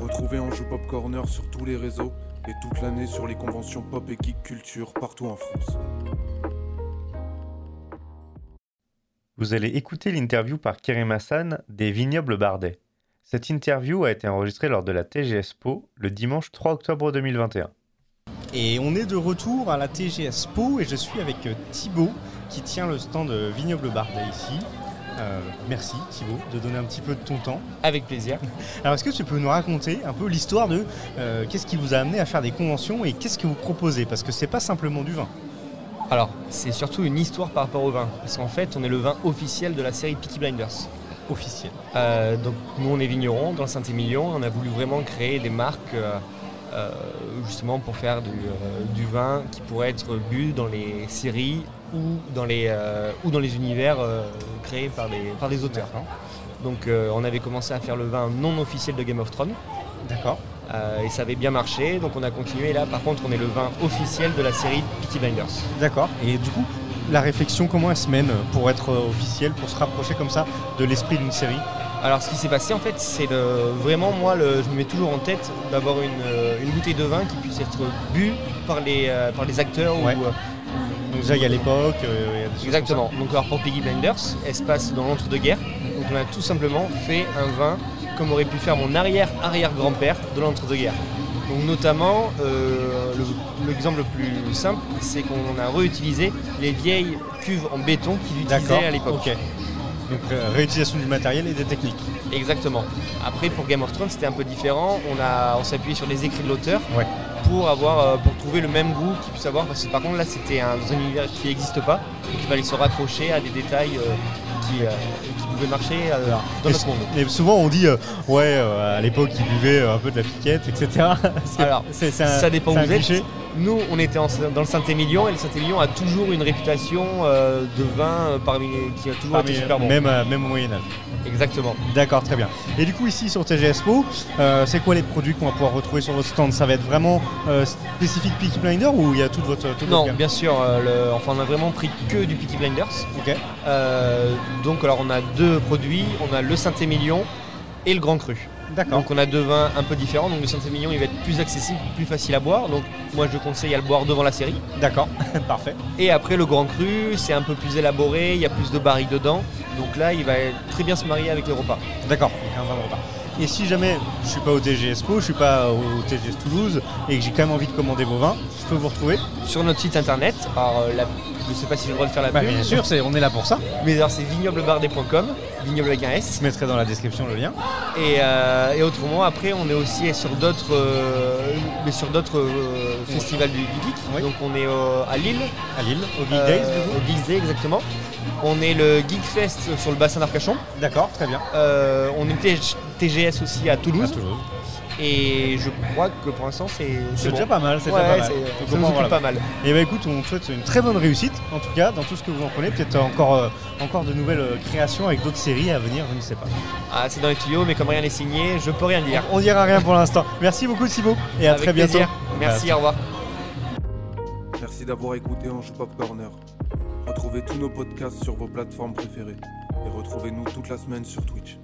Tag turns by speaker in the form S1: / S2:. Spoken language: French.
S1: Retrouvez Anjou Pop Corner sur tous les réseaux et toute l'année sur les conventions pop et geek culture partout en France.
S2: Vous allez écouter l'interview par Kerem Hassan des Vignobles Bardet. Cette interview a été enregistrée lors de la TGS Po le dimanche 3 octobre 2021.
S3: Et on est de retour à la TGS Po et je suis avec euh, Thibaut qui tient le stand euh, Vignoble Bardet ici. Euh, merci Thibaut de donner un petit peu de ton temps.
S4: Avec plaisir.
S3: Alors est-ce que tu peux nous raconter un peu l'histoire de euh, qu'est-ce qui vous a amené à faire des conventions et qu'est-ce que vous proposez Parce que c'est pas simplement du vin.
S4: Alors, c'est surtout une histoire par rapport au vin. Parce qu'en fait, on est le vin officiel de la série Peaky Blinders.
S3: Officiel.
S4: Euh, donc, nous, on est vignerons dans le Saint-Émilion. On a voulu vraiment créer des marques, euh, euh, justement, pour faire du, euh, du vin qui pourrait être bu dans les séries ou dans les, euh, ou dans les univers euh, créés par des, par des auteurs. hein. Donc, euh, on avait commencé à faire le vin non officiel de Game of Thrones.
S3: D'accord.
S4: euh, et ça avait bien marché, donc on a continué. Là, par contre, on est le vin officiel de la série Peaky Blinders.
S3: D'accord. Et du coup, la réflexion, comment elle se mène pour être euh, officielle, pour se rapprocher comme ça de l'esprit d'une série
S4: Alors ce qui s'est passé en fait c'est de- vraiment moi le- je me mets toujours en tête d'avoir une, euh, une bouteille de vin qui puisse être bu par les, euh, par les acteurs ou,
S3: Ouais.
S4: euh,
S3: Donc déjà, il y a l'époque. euh, il y a des choses
S4: Exactement. Donc alors pour Peggy Blinders, elle se passe dans l'entre-deux-guerres. Donc on a tout simplement fait un vin comme aurait pu faire mon arrière-arrière-grand-père de l'entre-deux-guerres. Donc notamment, euh, le- l'exemple le, plus simple, c'est qu'on a réutilisé les vieilles cuves en béton qu'ils
S3: comme ça. D'accord.
S4: utilisaient à l'époque.
S3: Ok. Donc euh, réutilisation du matériel et des techniques.
S4: Exactement. Après, pour Game of Thrones, c'était un peu différent. On, a, on s'est appuyé sur les écrits de l'auteur
S3: Ouais.
S4: pour, avoir, euh, pour trouver le même goût qu'il puisse avoir. Parce que par contre, là, c'était un, dans un univers qui n'existe pas. Donc, il fallait se raccrocher à des détails euh, qui, euh, qui pouvaient marcher euh, dans
S3: Et
S4: notre monde.
S3: Et souvent on dit, euh, ouais, euh, à l'époque ils buvaient euh, un peu de la piquette, etc. C'est-
S4: Alors,
S3: c'est- c'est un-
S4: ça dépend où
S3: c'est un
S4: vous êtes.
S3: cliché.
S4: Nous, on était en- dans le Saint-Émilion et le Saint-Émilion a toujours une réputation euh, de vin euh, parmi, qui a toujours
S3: Parmi-
S4: été super bon.
S3: même, euh, même au Moyen-Âge.
S4: Exactement.
S3: D'accord, très bien. Et du coup, ici sur TGS Po, euh, c'est quoi les produits qu'on va pouvoir retrouver sur votre stand Ça va être vraiment euh, spécifique Peaky Blinder ou il y a toute votre. toute
S4: Non,
S3: votre gamme
S4: bien sûr, euh, le- enfin, on a vraiment pris que du Peaky Blinders.
S3: Ok.
S4: Euh, donc alors on a deux produits, on a le Saint-Émilion et le Grand Cru.
S3: D'accord.
S4: Donc on a deux vins un peu différents, donc le Saint-Émilion il va être plus accessible, plus facile à boire, donc moi je conseille à le boire devant la série.
S3: D'accord. Parfait.
S4: Et après le Grand Cru c'est un peu plus élaboré, il y a plus de barils dedans, donc là il va très bien se marier avec les repas.
S3: D'accord. Donc, un vin de repas. Et si jamais je suis pas au TGS Po, je suis pas au TGS Toulouse et que j'ai quand même envie de commander vos vins, je peux vous retrouver
S4: Sur notre site internet, alors euh, la- je sais pas si j'ai le droit de faire la
S3: Bah,
S4: pub,
S3: Ah, c'est, on est là pour ça.
S4: mais alors c'est vignoblebardé.com, vignoble avec un S.
S3: Je mettrai dans la description le lien.
S4: Et, euh, et autrement, après, on est aussi sur d'autres, euh, mais sur d'autres euh, festivals du, du geek.
S3: Oui.
S4: Donc, on est au- à Lille,
S3: À Lille, au Big
S4: euh,
S3: Days du coup.
S4: au Geeks Day, exactement. On est le Geek Fest sur le bassin d'Arcachon.
S3: D'accord, très bien.
S4: Euh, on est TG TGS aussi à Toulouse.
S3: À Toulouse.
S4: Et je crois que pour l'instant, c'est
S3: C'est
S4: bon.
S3: déjà pas mal, c'est
S4: Ouais,
S3: déjà pas mal.
S4: c'est-
S3: Donc,
S4: ça
S3: bon,
S4: nous occupe
S3: voilà.
S4: pas mal.
S3: Et bah écoute, on te souhaite une très bonne réussite, en tout cas, dans tout ce que vous en prenez. Peut-être encore, euh, encore de nouvelles euh, créations avec d'autres séries à venir, je ne sais pas.
S4: Ah, c'est dans les tuyaux, mais comme rien n'est signé, je peux rien dire.
S3: On dira rien pour l'instant. Merci beaucoup Thibaut et à
S4: Avec
S3: très bientôt.
S4: plaisir. Merci, au revoir.
S1: Merci d'avoir écouté Anjou Pop Corner. Retrouvez tous nos podcasts sur vos plateformes préférées et retrouvez-nous toute la semaine sur Twitch.